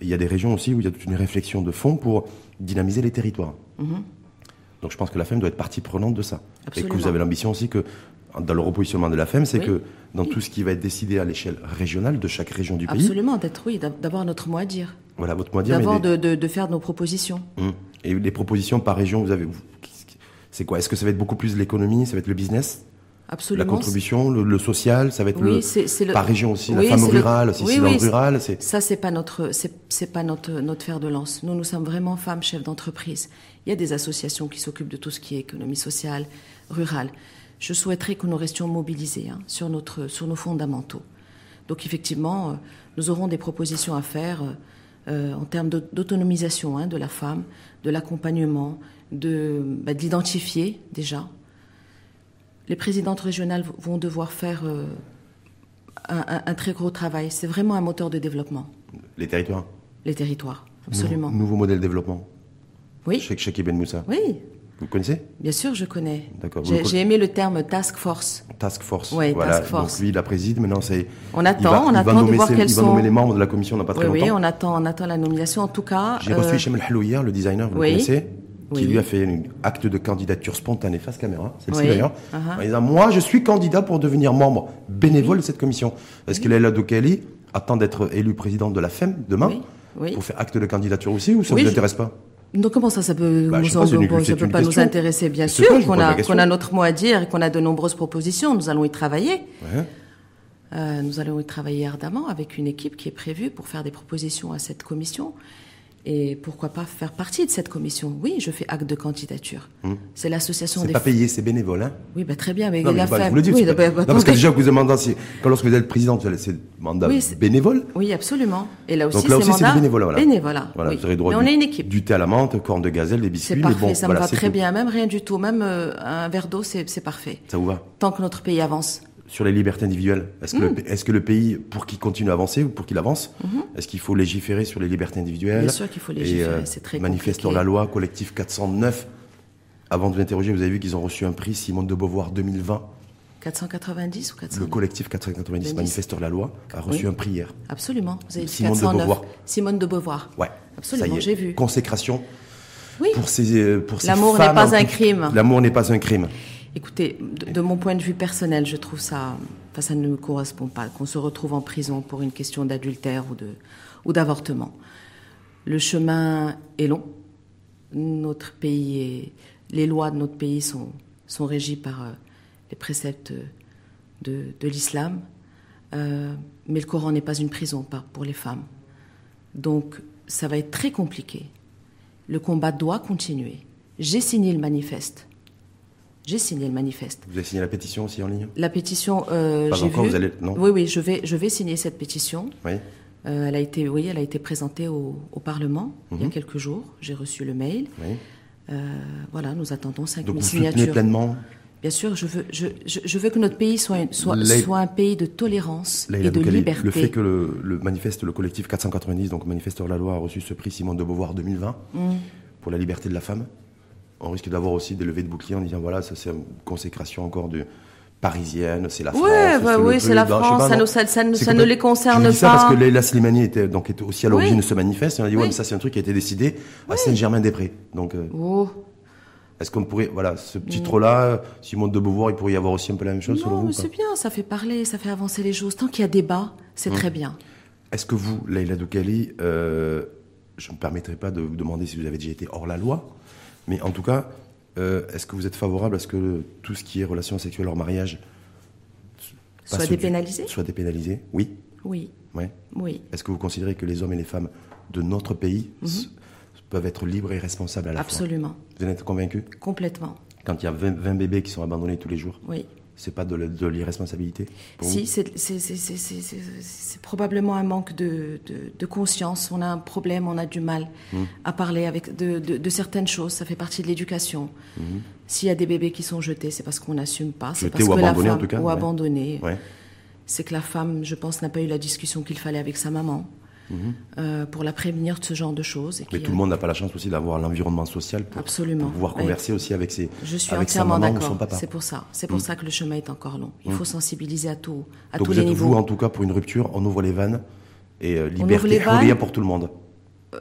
S1: Et il y a des régions aussi où il y a toute une réflexion de fond pour dynamiser les territoires.
S2: Mhm.
S1: Donc je pense que la FEM doit être partie prenante de ça. Et que vous
S2: Absolument.
S1: avez l'ambition aussi que, dans le repositionnement de la FEM, c'est
S2: Oui.
S1: que dans tout ce qui va être décidé à l'échelle régionale de chaque région du pays,
S2: Absolument, d'être oui, d'av- d'avoir notre mot à dire,
S1: voilà votre mot à dire. mais
S2: d'avoir
S1: des-
S2: de, de- de faire nos propositions.
S1: Hum. Et les propositions par région, vous avez. vous- qu'est-ce qui- C'est quoi Est-ce que ça va être beaucoup plus l'économie Ça va être le business La
S2: Absolument.
S1: contribution Le, le social Ça va être
S2: Oui,
S1: le,
S2: c'est- c'est le-
S1: Par région aussi
S2: Oui,
S1: La femme
S2: c'est le-
S1: rurale Si
S2: Oui,
S1: c'est dans
S2: oui,
S1: le
S2: c'est-
S1: rural c'est...
S2: Ça, c'est pas notre, c'est c'est pas notre notre fer de lance. Nous, nous sommes vraiment femmes chefs d'entreprise. Il y a des associations qui s'occupent de tout ce qui est économie sociale, rurale. Je souhaiterais que nous restions mobilisés hein, sur notre sur nos fondamentaux. Donc, effectivement, euh, nous aurons des propositions à faire euh, euh, en termes d'aut- d'autonomisation hein, de la femme, de l'accompagnement, de bah, de l'identifier déjà. Les présidentes régionales v- vont devoir faire euh, un- un- un très gros travail. C'est vraiment un moteur de développement.
S1: Les territoires
S2: Les territoires,
S1: Nouveau-
S2: absolument.
S1: Nouveau, modèle de développement
S2: Oui,
S1: Cheikh Cheikh Ben Moussa
S2: oui,
S1: Vous connaissez
S2: bien sûr, je connais.
S1: D'accord, vous le
S2: J'ai
S1: conna-
S2: j'ai aimé le terme task force.
S1: Task Force.
S2: Ouais,
S1: voilà.
S2: Task Force.
S1: Donc lui, il la préside. Maintenant, c'est.
S2: On
S1: il
S2: attend,
S1: va-
S2: on
S1: il va
S2: attend de
S1: nommer
S2: voir
S1: ses-
S2: quelles
S1: Il va
S2: sont-
S1: nommer les membres de la commission dans pas
S2: Oui,
S1: très
S2: oui,
S1: longtemps.
S2: on attend, on attend la nomination. En tout cas,
S1: J'ai
S2: euh,
S1: reçu Hichem El Hallou hier, le designer, vous
S2: oui.
S1: le connaissez qui
S2: Oui.
S1: lui a fait un acte de candidature spontanée face caméra, celle-ci
S2: Oui.
S1: d'ailleurs,
S2: Uh-huh.
S1: en disant Moi, je suis candidat pour devenir membre bénévole de cette commission. Est-ce que Leila Dokeli attend d'être élue présidente de la FEM demain
S2: Oui. Oui.
S1: pour faire acte de candidature aussi ou ça ne
S2: Oui,
S1: vous
S2: je-
S1: intéresse pas
S2: euh, donc comment ça, ça peut,
S1: Bah, je sais
S2: ça
S1: pas, c'est
S2: peut-
S1: une-
S2: bon, ça
S1: c'est
S2: peut
S1: une
S2: pas nous
S1: question.
S2: intéresser, bien
S1: Je sais pas,
S2: sûr,
S1: je vous
S2: qu'on
S1: pose la
S2: a,
S1: question.
S2: qu'on a notre mot à dire et qu'on a de nombreuses propositions. Nous allons y travailler.
S1: Ouais.
S2: Euh, nous allons y travailler ardemment avec une équipe qui est prévue pour faire des propositions à cette commission. Et pourquoi pas faire partie de cette commission Oui, je fais acte de candidature. C'est l'association
S1: Mmh. C'est
S2: des
S1: pas payé, c'est bénévole. Hein
S2: Oui, bah, très bien, mais
S1: Non,
S2: il
S1: mais
S2: a
S1: bah,
S2: fait.
S1: je vous le dis.
S2: oui,
S1: c'est pas-
S2: bah, bah,
S1: non, parce que
S2: attendez.
S1: déjà, vous êtes mandat, c'est- quand lorsque vous êtes présidente, vous allez- c'est mandat
S2: Oui, c'est-
S1: bénévole.
S2: Oui, absolument. Et là aussi,
S1: Donc là aussi, c'est
S2: mandat
S1: du bénévolat. Voilà.
S2: bénévolat,
S1: Voilà,
S2: oui.
S1: vous aurez droit
S2: mais on
S1: du-
S2: est une équipe.
S1: Du thé à la menthe, corne de gazelle, des biscuits.
S2: C'est
S1: mais
S2: parfait,
S1: bon,
S2: ça
S1: voilà,
S2: me va
S1: c'est
S2: très
S1: tout.
S2: bien. Même rien du tout, même euh, un verre d'eau, c'est c'est parfait.
S1: Ça vous va
S2: Tant que notre pays avance.
S1: sur les libertés individuelles Est-ce
S2: Mm.
S1: que, le, est-ce que le pays, pour qu'il continue à avancer ou pour qu'il avance, est-ce qu'il faut légiférer sur les libertés individuelles
S2: Mm-hmm. Bien sûr qu'il faut légiférer, c'est très
S1: Manifeste
S2: compliqué.
S1: la loi, collectif 409. Avant de vous interroger, vous avez vu qu'ils ont reçu un prix Simone de Beauvoir 2020.
S2: 490 ou 400
S1: Le collectif 490
S2: Denis.
S1: Manifeste sur la loi a reçu
S2: Oui.
S1: un prix hier.
S2: Absolument. Vous avez dit
S1: Simone de
S2: 409.
S1: Beauvoir.
S2: Simone de Beauvoir.
S1: Ouais. ça
S2: Absolument,
S1: y est.
S2: j'ai vu.
S1: Consécration
S2: Oui.
S1: pour ces, euh, pour ces
S2: L'amour
S1: femmes
S2: n'est pas
S1: en
S2: un
S1: tout-
S2: crime.
S1: L'amour n'est pas un crime.
S2: Écoutez, de, de mon point de vue personnel, je trouve ça, enfin, ça ne me correspond pas qu'on se retrouve en prison pour une question d'adultère ou de ou d'avortement. Le chemin est long. Notre pays est, les lois de notre pays sont sont régies par euh, les préceptes de, de l'islam. Euh, mais le Coran n'est pas une prison pas pour les femmes. Donc ça va être très compliqué. Le combat doit continuer. J'ai signé le manifeste. J'ai signé le manifeste.
S1: Vous avez signé la pétition aussi en ligne
S2: La pétition, euh,
S1: Pas
S2: j'ai
S1: encore,
S2: vu.
S1: vous allez- non.
S2: Oui, oui, je vais, je vais signer cette pétition.
S1: Oui.
S2: Euh, elle a été, oui, elle a été présentée au, au Parlement il y
S1: Mhm.
S2: a quelques jours. J'ai reçu le mail.
S1: oui.
S2: Euh, voilà, nous attendons 5
S1: Donc
S2: 000
S1: vous soutenez
S2: signatures.
S1: pleinement
S2: Bien sûr, je veux, je, je- je veux que notre pays soit, une- soit,
S1: Laï-
S2: soit un pays de tolérance
S1: Leïla
S2: et de
S1: Boukali,
S2: liberté.
S1: le fait que le, le manifeste, le collectif 490, donc Manifesteur la loi, a reçu ce prix Simone de Beauvoir 2020
S2: Mm.
S1: pour la liberté de la femme, on risque d'avoir aussi des levées de boucliers en disant voilà, ça c'est une consécration encore de parisienne, c'est la France.
S2: bah
S1: le
S2: oui,
S1: truc,
S2: c'est la
S1: bah, je sais
S2: France, ça
S1: non.
S2: nous- ça- ça ne-
S1: C'est
S2: ça ne
S1: complète-
S2: les concerne
S1: Je dis ça
S2: pas.
S1: parce que Leïla Slimani était, donc, était aussi à l'origine
S2: Oui.
S1: de ce manifeste, et on a dit ouais,
S2: Oui.
S1: mais ça c'est un truc qui a été décidé à Saint-Germain-des-Prés. Donc euh,
S2: Oh,
S1: est-ce qu'on pourrait, voilà, ce petit trou-là, Simone de Beauvoir, il pourrait y avoir aussi un peu la même chose selon
S2: Mm. non,
S1: vous
S2: mais
S1: quoi
S2: c'est bien, ça fait parler, ça fait avancer les choses. Tant qu'il y a débat,
S1: Hum.
S2: c'est très bien.
S1: Est-ce que vous, Leïla Doukali, euh, je ne me permettrai pas de vous demander si vous avez déjà été hors la loi, mais en tout cas, euh, est-ce que vous êtes favorable à ce que le- tout ce qui est relation sexuelle hors mariage
S2: Soit
S1: passe
S2: dépénalisé
S1: Soit dépénalisé, oui.
S2: Oui,
S1: Ouais.
S2: oui,
S1: Est-ce que vous considérez que les hommes et les femmes de notre pays s- peuvent être libres et responsables à la fois
S2: Mhm. absolument,
S1: Vous en êtes convaincu
S2: complètement,
S1: Quand il y a 20, 20 bébés qui sont abandonnés tous les jours,
S2: oui.
S1: c'est pas de, l- de l'irresponsabilité pour vous
S2: Si, c'est- c'est- c'est c'est- c'est- c'est- c'est probablement un manque de, de- de conscience. On a un problème, on a du mal
S1: Hmm.
S2: à parler avec de, de- de certaines choses. Ça fait partie de l'éducation. S'il y a des bébés qui sont jetés, c'est parce qu'on n'assume pas. C'est
S1: Hmm. Jetés
S2: parce
S1: ou
S2: que la
S1: abandonnés, en
S2: femme,
S1: tout cas,
S2: ou
S1: ouais.
S2: abandonnés.
S1: Ouais.
S2: C'est que la femme, je pense, n'a pas eu la discussion qu'il fallait avec sa maman euh, pour la prévenir de ce genre de choses. et
S1: Hmm. Mais
S2: qu'il y
S1: tout
S2: a-
S1: le monde n'a pas la chance aussi d'avoir l'environnement social pour,
S2: euh, Absolument.
S1: pour pouvoir
S2: Ouais.
S1: converser aussi avec ses
S2: euh, Je suis
S1: avec sa
S2: entièrement
S1: maman ou son
S2: d'accord.
S1: papa.
S2: C'est pour ça. C'est
S1: Hmm.
S2: pour ça que le chemin est encore long. Il faut sensibiliser à tout, à
S1: Donc
S2: tous
S1: vous
S2: les
S1: êtes
S2: niveaux.
S1: vous en tout cas pour une rupture, on ouvre les vannes et euh, liberté
S2: les vannes.
S1: Houria pour tout le monde.
S2: Euh,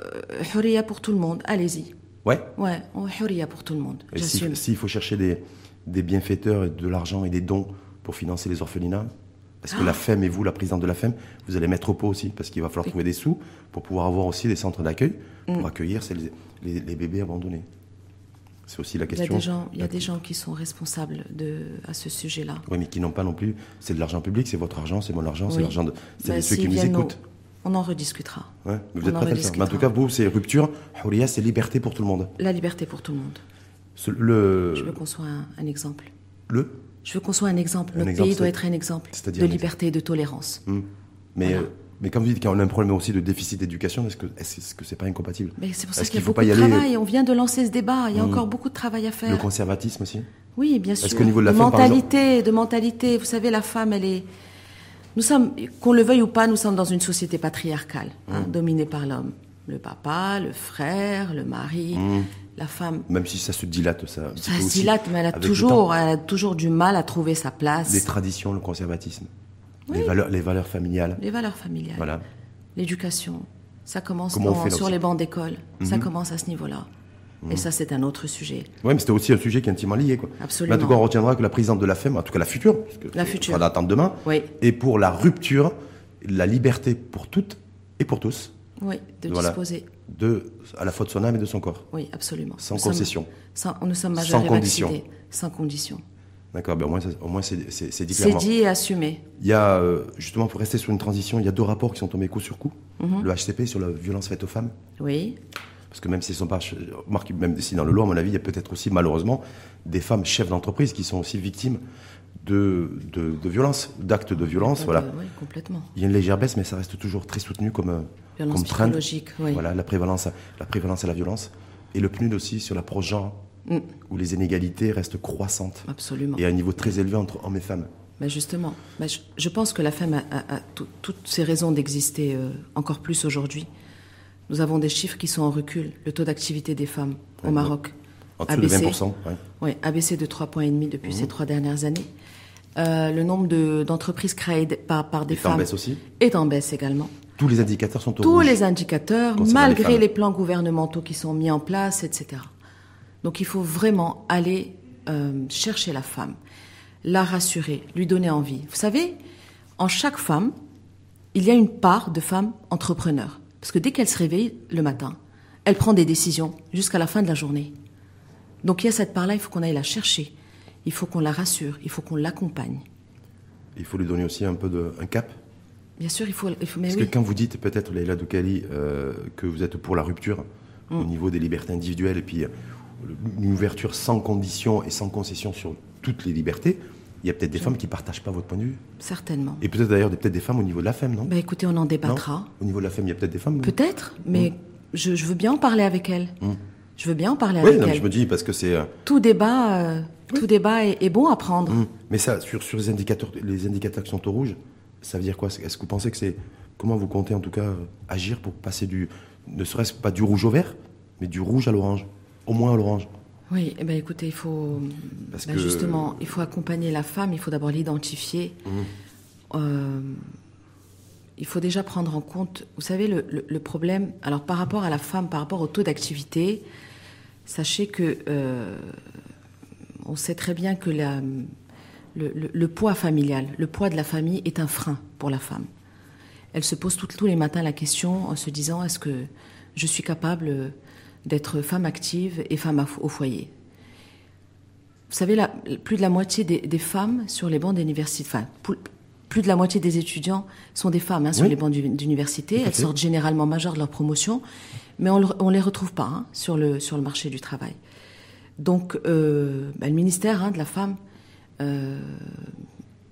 S2: Huria pour tout le monde. Allez-y.
S1: Ouais.
S2: Ouais, on Huria pour tout le monde.
S1: Et si-
S2: J'assume.
S1: s'il faut chercher des, des bienfaiteurs et de l'argent et des dons pour financer les orphelinats, parce
S2: Ah.
S1: que la FEM et vous, la présidente de la FEM, vous allez mettre au pot aussi, parce qu'il va falloir trouver des sous pour pouvoir avoir aussi des centres d'accueil pour
S2: Mm.
S1: accueillir ces- les, les- les bébés abandonnés. C'est aussi la
S2: Il y a
S1: question.
S2: des gens, il y a
S1: La-
S2: des gens qui sont responsables de à ce sujet-là.
S1: Oui, mais qui n'ont pas non plus. C'est de l'argent public, c'est votre argent, c'est mon argent, c'est
S2: Oui.
S1: l'argent de c'est
S2: Ben,
S1: de ceux
S2: s'ils
S1: qui nous
S2: viennent, on-
S1: écoutent.
S2: On, en rediscutera.
S1: Ouais, mais vous
S2: On
S1: êtes
S2: en
S1: prêts à le faire. Mais en tout cas,
S2: rediscutera.
S1: vous, c'est rupture. Houria, c'est liberté pour tout le monde.
S2: la liberté pour tout le monde.
S1: Ce-
S2: Je veux
S1: le.
S2: qu'on soit un, un exemple.
S1: Le.
S2: Je veux qu'on soit un exemple.
S1: Un
S2: Notre
S1: exemple,
S2: pays doit
S1: c'est-
S2: être un exemple
S1: c'est-à-dire
S2: de
S1: un
S2: liberté et de tolérance.
S1: Mais, euh, mais comme vous dites, qu'on a un problème aussi de déficit d'éducation, est-ce que est-ce que c'est pas incompatible
S2: Mais c'est pour ça
S1: Est-ce
S2: qu'il y a
S1: faut
S2: beaucoup
S1: pas y
S2: de
S1: aller Hmm. euh,
S2: travail. On vient de lancer ce débat. Il y a encore beaucoup de travail à
S1: Le
S2: faire.
S1: conservatisme aussi
S2: Oui, bien sûr.
S1: qu'au niveau de la femme, par
S2: mentalité, de mentalité. Vous savez, la femme, elle est. Nous sommes, qu'on le veuille ou pas, nous sommes dans une société patriarcale, hein,
S1: Hum.
S2: dominée par l'homme. Le papa, le frère, le mari, la femme.
S1: Même si ça se dilate, ça. un petit
S2: Ça
S1: peu
S2: se
S1: Hum. aussi,
S2: dilate, mais elle a,
S1: avec le
S2: toujours,
S1: temps.
S2: euh, elle a toujours du mal à trouver sa place.
S1: Les traditions, le conservatisme, les,
S2: Oui.
S1: valeurs, les valeurs familiales.
S2: Les valeurs familiales,
S1: Voilà.
S2: l'éducation, ça commence
S1: Comment on
S2: dans-
S1: fait, Mhm. là
S2: sur
S1: aussi
S2: les bancs d'école. Ça commence à ce niveau-là. Et
S1: Mhm.
S2: ça, c'est un autre sujet.
S1: Oui, mais c'était aussi un sujet qui est intimement lié. Quoi.
S2: Absolument.
S1: Mais en tout cas, on retiendra que la présidente de la FEM, en tout cas la future, parce que
S2: La
S1: c'est-
S2: future.
S1: on va l'attendre demain,
S2: Oui.
S1: et pour la rupture, la liberté pour toutes et pour tous,
S2: Oui, de
S1: Voilà.
S2: disposer.
S1: de, à la fois de son âme et de son corps.
S2: Oui, absolument.
S1: Sans
S2: Nous sommes-
S1: concession.
S2: sans- nous sommes majeurs
S1: Sans
S2: et
S1: condition.
S2: vaccinés. Sans condition.
S1: D'accord, ben au moins, ça- au moins c'est c'est- c'est dit
S2: C'est
S1: clairement.
S2: dit et assumé.
S1: Il y a, euh, justement, pour rester sur une transition, il y a deux rapports qui sont tombés coup sur coup.
S2: Mhm.
S1: Le HCP sur la violence faite aux femmes,
S2: Oui,
S1: parce que même s'ils sont pas, ch- remarque, même si dans le lot, à mon avis, il y a peut-être aussi, malheureusement, des femmes chefs d'entreprise qui sont aussi victimes de, de, de violences, d'actes de violence, voilà.
S2: Euh, oui, complètement.
S1: Il y a une légère baisse, mais ça reste toujours très soutenu comme, euh,
S2: Violence
S1: comme trend.
S2: psychologique, oui.
S1: Voilà, la prévalence, à- la prévalence à la violence. Et le PNUD aussi sur l'approche genre, où les inégalités restent croissantes.
S2: Mm. Absolument.
S1: Et à un niveau très élevé entre hommes et femmes.
S2: Mais justement, mais je, je pense que la femme a, a- a tout- toutes ses raisons d'exister euh, encore plus aujourd'hui. Nous avons des chiffres qui sont en recul. Le taux d'activité des femmes au
S1: Ouais,
S2: Maroc
S1: En
S2: a
S1: dessous de
S2: baissé.
S1: 20%. ouais.
S2: Oui, a baissé de 3,5 points depuis
S1: Mmh.
S2: ces trois dernières années. Euh, le nombre de- d'entreprises créées d- par, par des
S1: Est en
S2: femmes
S1: baisse aussi
S2: est en baisse également.
S1: Tous les indicateurs sont au
S2: Tous
S1: rouge.
S2: les indicateurs,
S1: Concernant les
S2: malgré
S1: femmes.
S2: les, plans gouvernementaux qui sont mis en place, etc. Donc il faut vraiment aller euh, chercher la femme, la rassurer, lui donner envie. Vous savez, en chaque femme, il y a une part de femme entrepreneur. Parce que dès qu'elle se réveille le matin, elle prend des décisions jusqu'à la fin de la journée. Donc il y a cette part-là, il faut qu'on aille la chercher. Il faut qu'on la rassure, il faut qu'on l'accompagne.
S1: Il faut lui donner aussi un peu de, un cap.
S2: Bien sûr, il faut. Il faut mais
S1: Parce
S2: Eh oui.
S1: que quand vous dites peut-être, Leïla Doukali, euh, que vous êtes pour la rupture
S2: Mm.
S1: au niveau des libertés individuelles et puis euh, une ouverture sans condition et sans concession sur toutes les libertés, il y a peut-être des femmes qui ne partagent pas votre point de vue.
S2: Certainement.
S1: Et peut-être d'ailleurs des- peut-être des femmes au niveau de la femme, non
S2: Bah, écoutez, on en
S1: Non
S2: débattra.
S1: Au niveau de la femme, il y a peut-être des femmes. non
S2: Peut-être,
S1: Mm.
S2: mais je, je veux bien en parler avec elle. Je veux bien en parler
S1: Oui,
S2: avec
S1: non, mais
S2: elle.
S1: je me dis parce que c'est. euh,
S2: Tout débat, euh, tout débat est, est bon à prendre.
S1: hmm. Mais ça, sur, sur les indicateurs, les indicateurs qui sont au rouge, ça veut dire quoi Est-ce que vous pensez que c'est comment vous comptez en tout cas euh, agir pour passer du, ne serait-ce pas du rouge au vert, mais du rouge à l'orange, au moins à l'orange
S2: Oui, eh ben, écoutez, il faut
S1: Parce
S2: ben,
S1: que-
S2: justement, il faut accompagner la femme. Il faut d'abord l'identifier.
S1: Mm.
S2: Euh, il faut déjà prendre en compte, vous savez, le, le- le problème. Alors par rapport à la femme, par rapport au taux d'activité, sachez que euh, on sait très bien que la- le, le- le poids familial, le poids de la famille est un frein pour la femme. Elle se pose tout- tous les matins la question en se disant est-ce que je suis capable euh, d'être femme active et femme à fo- au foyer Vous savez, la- plus de la moitié des, des femmes sur les bancs d'université, enfin, pou- plus de la moitié des étudiants sont des femmes hein, sur
S1: Oui.
S2: les bancs d'u- d'université. Elles
S1: fait.
S2: sortent généralement majeures de leur promotion, mais on ne les retrouve pas hein, sur, le, sur le marché du travail. Donc, euh, bah, le ministère hein, de la femme euh,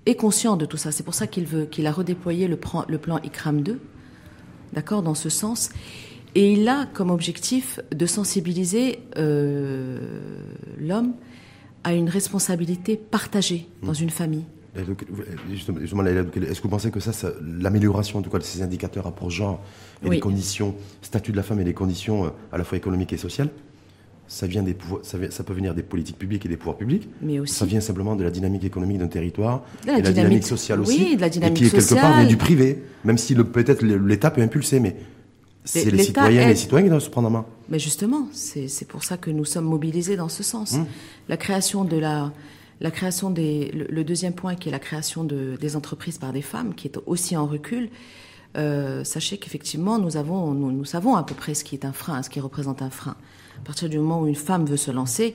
S2: est conscient de tout ça. C'est pour ça qu'il veut, qu'il a redéployé le, plan- le plan ICRAM 2, d'accord, dans ce sens. Et il a comme objectif de sensibiliser euh, l'homme à une responsabilité partagée dans une famille.
S1: Et donc, vous- Justement, justement, Laïla Doukele, est-ce que vous pensez que ça, ça- l'amélioration en tout cas de ces indicateurs à pour genre et
S2: Oui.
S1: les conditions, statut de la femme et les conditions euh, à la fois économiques et sociales, ça vient des pouvoirs, ça, vient- ça peut venir des politiques publiques et des pouvoirs publics,
S2: Mais aussi-
S1: ça vient simplement de la dynamique économique d'un territoire,
S2: De la
S1: et de la
S2: dynamique-
S1: dynamique sociale aussi,
S2: oui, de la dynamique
S1: et qui est quelque part vient
S2: sociale.
S1: du privé, même si le- peut-être le- l'État peut impulser, mais c'est les
S2: l'État
S1: citoyens, et les
S2: aide.
S1: citoyens qui doivent se prendre en main.
S2: Mais justement, c'est c'est pour ça que nous sommes mobilisés dans ce sens.
S1: Mmh.
S2: La création de la, la création des, le, le deuxième point qui est la création de- des entreprises par des femmes, qui est aussi en recul. euh, sachez qu'effectivement, nous avons, nous, nous savons à peu près ce qui est un frein, ce qui représente un frein. À partir du moment où une femme veut se lancer,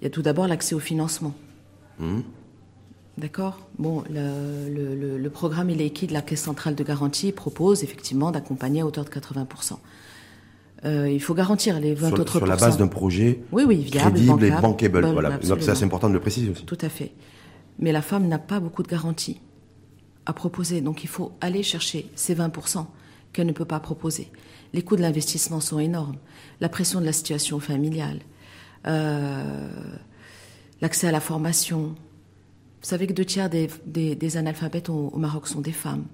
S2: il y a tout d'abord l'accès au financement. D'accord. Bon, le, le- le- le programme ILEIKI de la Caisse centrale de garantie propose effectivement d'accompagner à hauteur de 80%. Euh, il faut garantir les 20
S1: Sur,
S2: autres
S1: sur la
S2: pourcents.
S1: base d'un projet
S2: Oui, oui, viable,
S1: crédible et
S2: bancable.
S1: bankable.
S2: Bon,
S1: voilà. Donc,
S2: absolument.
S1: ça, c'est important de le préciser aussi.
S2: Tout à fait. Mais la femme n'a pas beaucoup de garanties à proposer. Donc il faut aller chercher ces 20% qu'elle ne peut pas proposer. Les coûts de l'investissement sont énormes. La pression de la situation familiale, euh, l'accès à la formation. Vous savez que deux tiers des, des- des analphabètes au, au Maroc sont des femmes.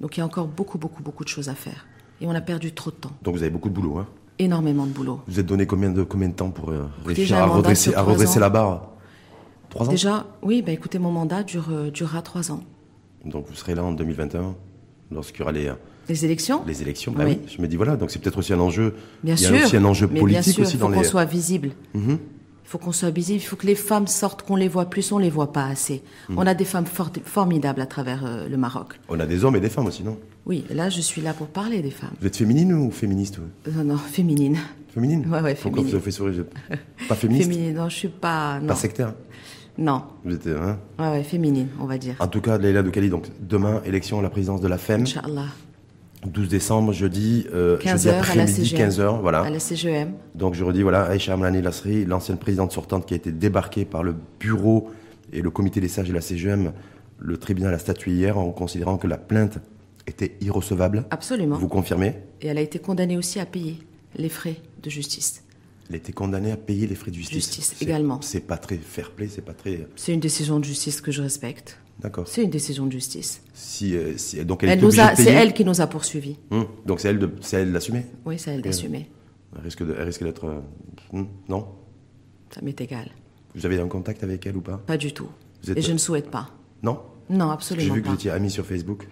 S2: Donc il y a encore beaucoup, beaucoup, beaucoup de choses à faire. Et on a perdu trop de temps.
S1: Donc vous avez beaucoup de boulot. Hein.
S2: Énormément de boulot.
S1: Vous êtes donné combien de, combien de temps pour euh, réussir
S2: j'ai un
S1: à
S2: mandat
S1: redresser,
S2: sur
S1: à
S2: trois
S1: redresser
S2: ans.
S1: la barre Trois ans
S2: Déjà, oui, bah, écoutez, mon mandat dure, euh, durera trois ans.
S1: Donc vous serez là en 2021, lorsqu'il y aura les,
S2: Les élections
S1: les élections. Bah
S2: Oui.
S1: oui, Je me dis, voilà, donc c'est peut-être aussi un enjeu.
S2: Bien
S1: il y
S2: sûr.
S1: a aussi un enjeu
S2: mais
S1: politique
S2: bien sûr,
S1: aussi
S2: il
S1: dans
S2: faut
S1: les. Mhm.
S2: qu'on soit visible. Il faut qu'on soit visible. Il faut que les femmes sortent, qu'on les voit plus. On les voit pas assez.
S1: Mhm.
S2: On a des femmes fortes- formidables à travers euh, le Maroc.
S1: On a des hommes et des femmes aussi, non
S2: Oui, là, je suis là pour parler des femmes. Euh,
S1: Vous êtes féminine ou féministe vous
S2: Non, non, féminine.
S1: Féminine
S2: Ouais, ouais,
S1: Pourquoi
S2: féminine.
S1: vous avez fait sourire je- Pas féministe
S2: Féminine. Non, je suis pas. Non.
S1: Pas sectaire
S2: non.
S1: vous êtes, hein
S2: Ouais, ouais, féminine, on va dire.
S1: En tout cas, Leïla Doukali, donc demain, élection à la présidence de la FEM,
S2: Inch'Allah.
S1: 12 décembre, jeudi, euh,
S2: 15
S1: jeudi
S2: h à la
S1: après-midi,
S2: CGM.
S1: 15h, voilà.
S2: À la CGM.
S1: Donc je redis, voilà, Aïcha Amlani Lasri, l'ancienne présidente sortante qui a été débarquée par le bureau et le comité des sages de la CGM, le tribunal a statué hier en considérant que la plainte était irrecevable.
S2: Absolument.
S1: Vous confirmez
S2: Et elle a été condamnée aussi à payer les frais de justice.
S1: Elle était condamnée à payer les frais de justice.
S2: Justice,
S1: C'est-
S2: également.
S1: C'est pas très fair play, c'est pas très...
S2: C'est une décision de justice que je respecte.
S1: D'accord.
S2: C'est une décision de justice.
S1: Si, euh, si- donc elle,
S2: Elle
S1: était
S2: nous
S1: obligée
S2: a-
S1: de
S2: C'est
S1: payer.
S2: elle qui nous a poursuivis.
S1: Hum, donc c'est elle de- c'est elle de l'assumer
S2: Oui, ça, elle
S1: euh,
S2: d'assumer.
S1: Elle risque de- elle risque d'être... euh, hum, non
S2: Ça m'est égal.
S1: Vous avez un contact avec elle ou pas
S2: Pas du tout.
S1: Vous êtes-
S2: Et je ne souhaite pas.
S1: Non
S2: Non,
S1: J'ai
S2: absolument
S1: vu que vous
S2: pas.
S1: étiez amie sur Facebook.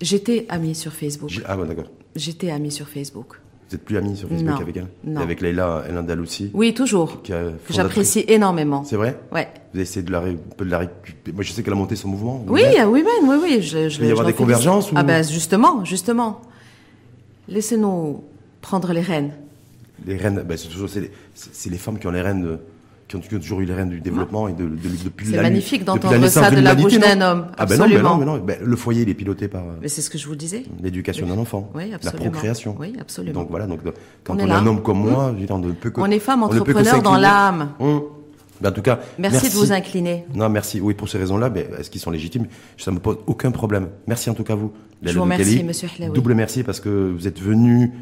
S2: J'étais amie sur Facebook.
S1: J'ai- Ah ouais, d'accord.
S2: J'étais amie sur Facebook.
S1: Vous n'êtes plus amie sur Facebook
S2: Non,
S1: avec elle
S2: non.
S1: Et avec Leïla El Andalousi
S2: Oui, toujours.
S1: Qui a-
S2: Que
S1: euh, fondatrice.
S2: j'apprécie énormément.
S1: C'est vrai
S2: Ouais.
S1: Vous avez essayé de la, ré- un peu de la récupérer. Moi, je sais qu'elle a monté son mouvement. vous
S2: Oui,
S1: êtes-
S2: oui, ben, oui, oui. Je, je,
S1: peut y
S2: je
S1: avoir
S2: l'en
S1: des
S2: félicite.
S1: convergences ou-
S2: Ah ben justement, justement. Laissez-nous prendre les rênes.
S1: Les reines, ben, c'est toujours c'est les, c'est- c'est les femmes qui ont les rênes de- qui ont, qui ont toujours eu les rênes du développement et de, de, de- depuis
S2: C'est
S1: la-
S2: magnifique
S1: depuis la
S2: d'entendre
S1: naissance
S2: ça de la bouche
S1: l'humanité,
S2: d'un
S1: non
S2: homme.
S1: Ah ben non, mais non,
S2: Absolument.
S1: mais non. Ben, le foyer, il est piloté par euh,
S2: Mais c'est ce que je vous le disais.
S1: l'éducation d'un enfant,
S2: Oui,
S1: la
S2: absolument.
S1: procréation.
S2: Oui, absolument.
S1: Donc voilà, donc de- quand
S2: On
S1: on,
S2: est
S1: est
S2: là. Mmh.
S1: un homme comme moi, je veux dire, on ne peut que
S2: On est femme
S1: on ne peut que
S2: entrepreneur dans
S1: s'incliner.
S2: l'âme.
S1: Mmh. Ben, en tout cas,
S2: Merci, de vous incliner.
S1: Non, merci. Oui, pour ces raisons-là, ben, est-ce qu'ils sont légitimes Ça me pose aucun problème. Merci en tout cas à vous.
S2: Je
S1: Lalo
S2: vous remercie,
S1: Ducali.
S2: monsieur Hlaoui.
S1: Double merci parce que vous êtes venu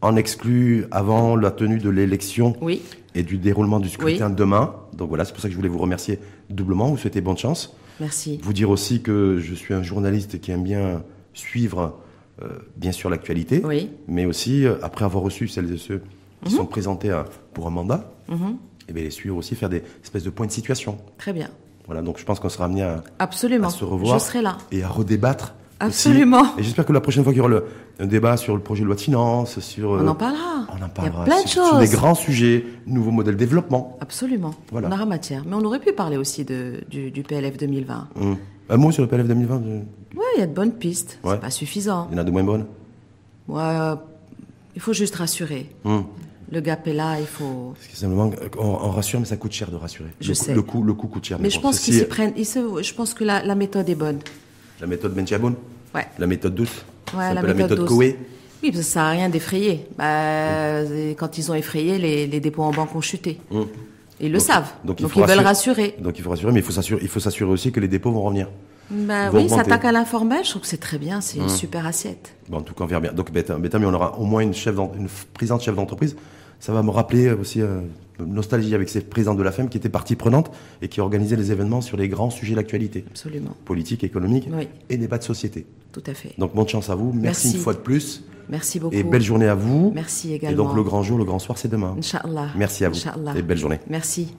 S1: en exclu avant la tenue de l'élection
S2: Oui.
S1: et du déroulement du scrutin demain. Donc voilà, c'est pour ça que je voulais vous remercier doublement. Vous souhaitez bonne chance.
S2: Merci.
S1: Vous dire aussi que je suis un journaliste qui aime bien suivre, euh, bien sûr, l'actualité,
S2: Oui. Mhm.
S1: mais aussi, euh, après avoir reçu celles et ceux qui sont présentés à- pour un mandat, et bien les suivre aussi, faire des espèces de points de situation.
S2: Très bien.
S1: Voilà, donc je pense qu'on sera amené à,
S2: Absolument.
S1: à se revoir
S2: Je serai là.
S1: et à redébattre. aussi.
S2: Absolument.
S1: Et j'espère que la prochaine fois qu'il y aura le, un débat sur le projet de loi de finances, sur. euh,
S2: On en parlera.
S1: On en parlera.
S2: Il y a plein de
S1: sur, sur des
S2: choses.
S1: grands sujets, nouveaux modèles de développement.
S2: Absolument.
S1: Voilà.
S2: On aura matière. Mais on aurait pu parler aussi de, du, du PLF 2020.
S1: Hum. Un mot sur le PLF 2020 euh,
S2: Ouais, il y a de bonnes pistes.
S1: Ouais.
S2: C'est pas suffisant.
S1: Il y en a de moins bonnes
S2: Ouais, il faut juste rassurer.
S1: Hum.
S2: Le gap est là, il faut.
S1: Parce que simplement, euh, on, on rassure, mais ça coûte cher de rassurer.
S2: Je
S1: le, coût-
S2: sais.
S1: Le coût, le coût coûte cher.
S2: Mais je
S1: bon,
S2: pense
S1: ceci
S2: qu'ils s'y
S1: est
S2: prennent. ils se- je pense que la, la méthode est bonne.
S1: La méthode Benchaboun
S2: Ouais.
S1: La méthode douce c'est
S2: Ouais,
S1: un
S2: la,
S1: peu
S2: méthode
S1: la méthode
S2: dose.
S1: Coé Hmm.
S2: Oui, parce que ça n'a rien d'effrayé. Bah, et Quand ils ont effrayé, les, les dépôts en banque ont chuté. Ils le savent. Donc, ils veulent rassurer.
S1: Donc il faut rassurer, mais il faut s'assurer, il faut s'assurer aussi que les dépôts vont revenir.
S2: Bah,
S1: vont
S2: oui, ça
S1: augmenter.
S2: attaque à l'informel. Je trouve que c'est très bien.
S1: Hmm.
S2: C'est une super assiette.
S1: Bon, en tout cas, on verra bien. Donc, bête, mais on aura au moins une, chef d'en- une f- présidente chef d'entreprise. Ça va me rappeler euh, aussi euh, une nostalgie avec ces présidents de la FEM qui étaient partie prenante et qui organisaient les événements sur les grands sujets d'actualité
S2: Absolument.
S1: politique, économique
S2: Oui.
S1: et débats de société.
S2: Tout à fait.
S1: Donc, bonne chance à vous. Merci,
S2: Merci.
S1: une fois de plus.
S2: Merci beaucoup.
S1: Et belle journée à vous.
S2: Merci
S1: Et
S2: également.
S1: donc, le grand jour, le grand soir, c'est demain.
S2: Inch'Allah.
S1: Merci à vous.
S2: Inch'Allah.
S1: Et belle journée.
S2: Merci.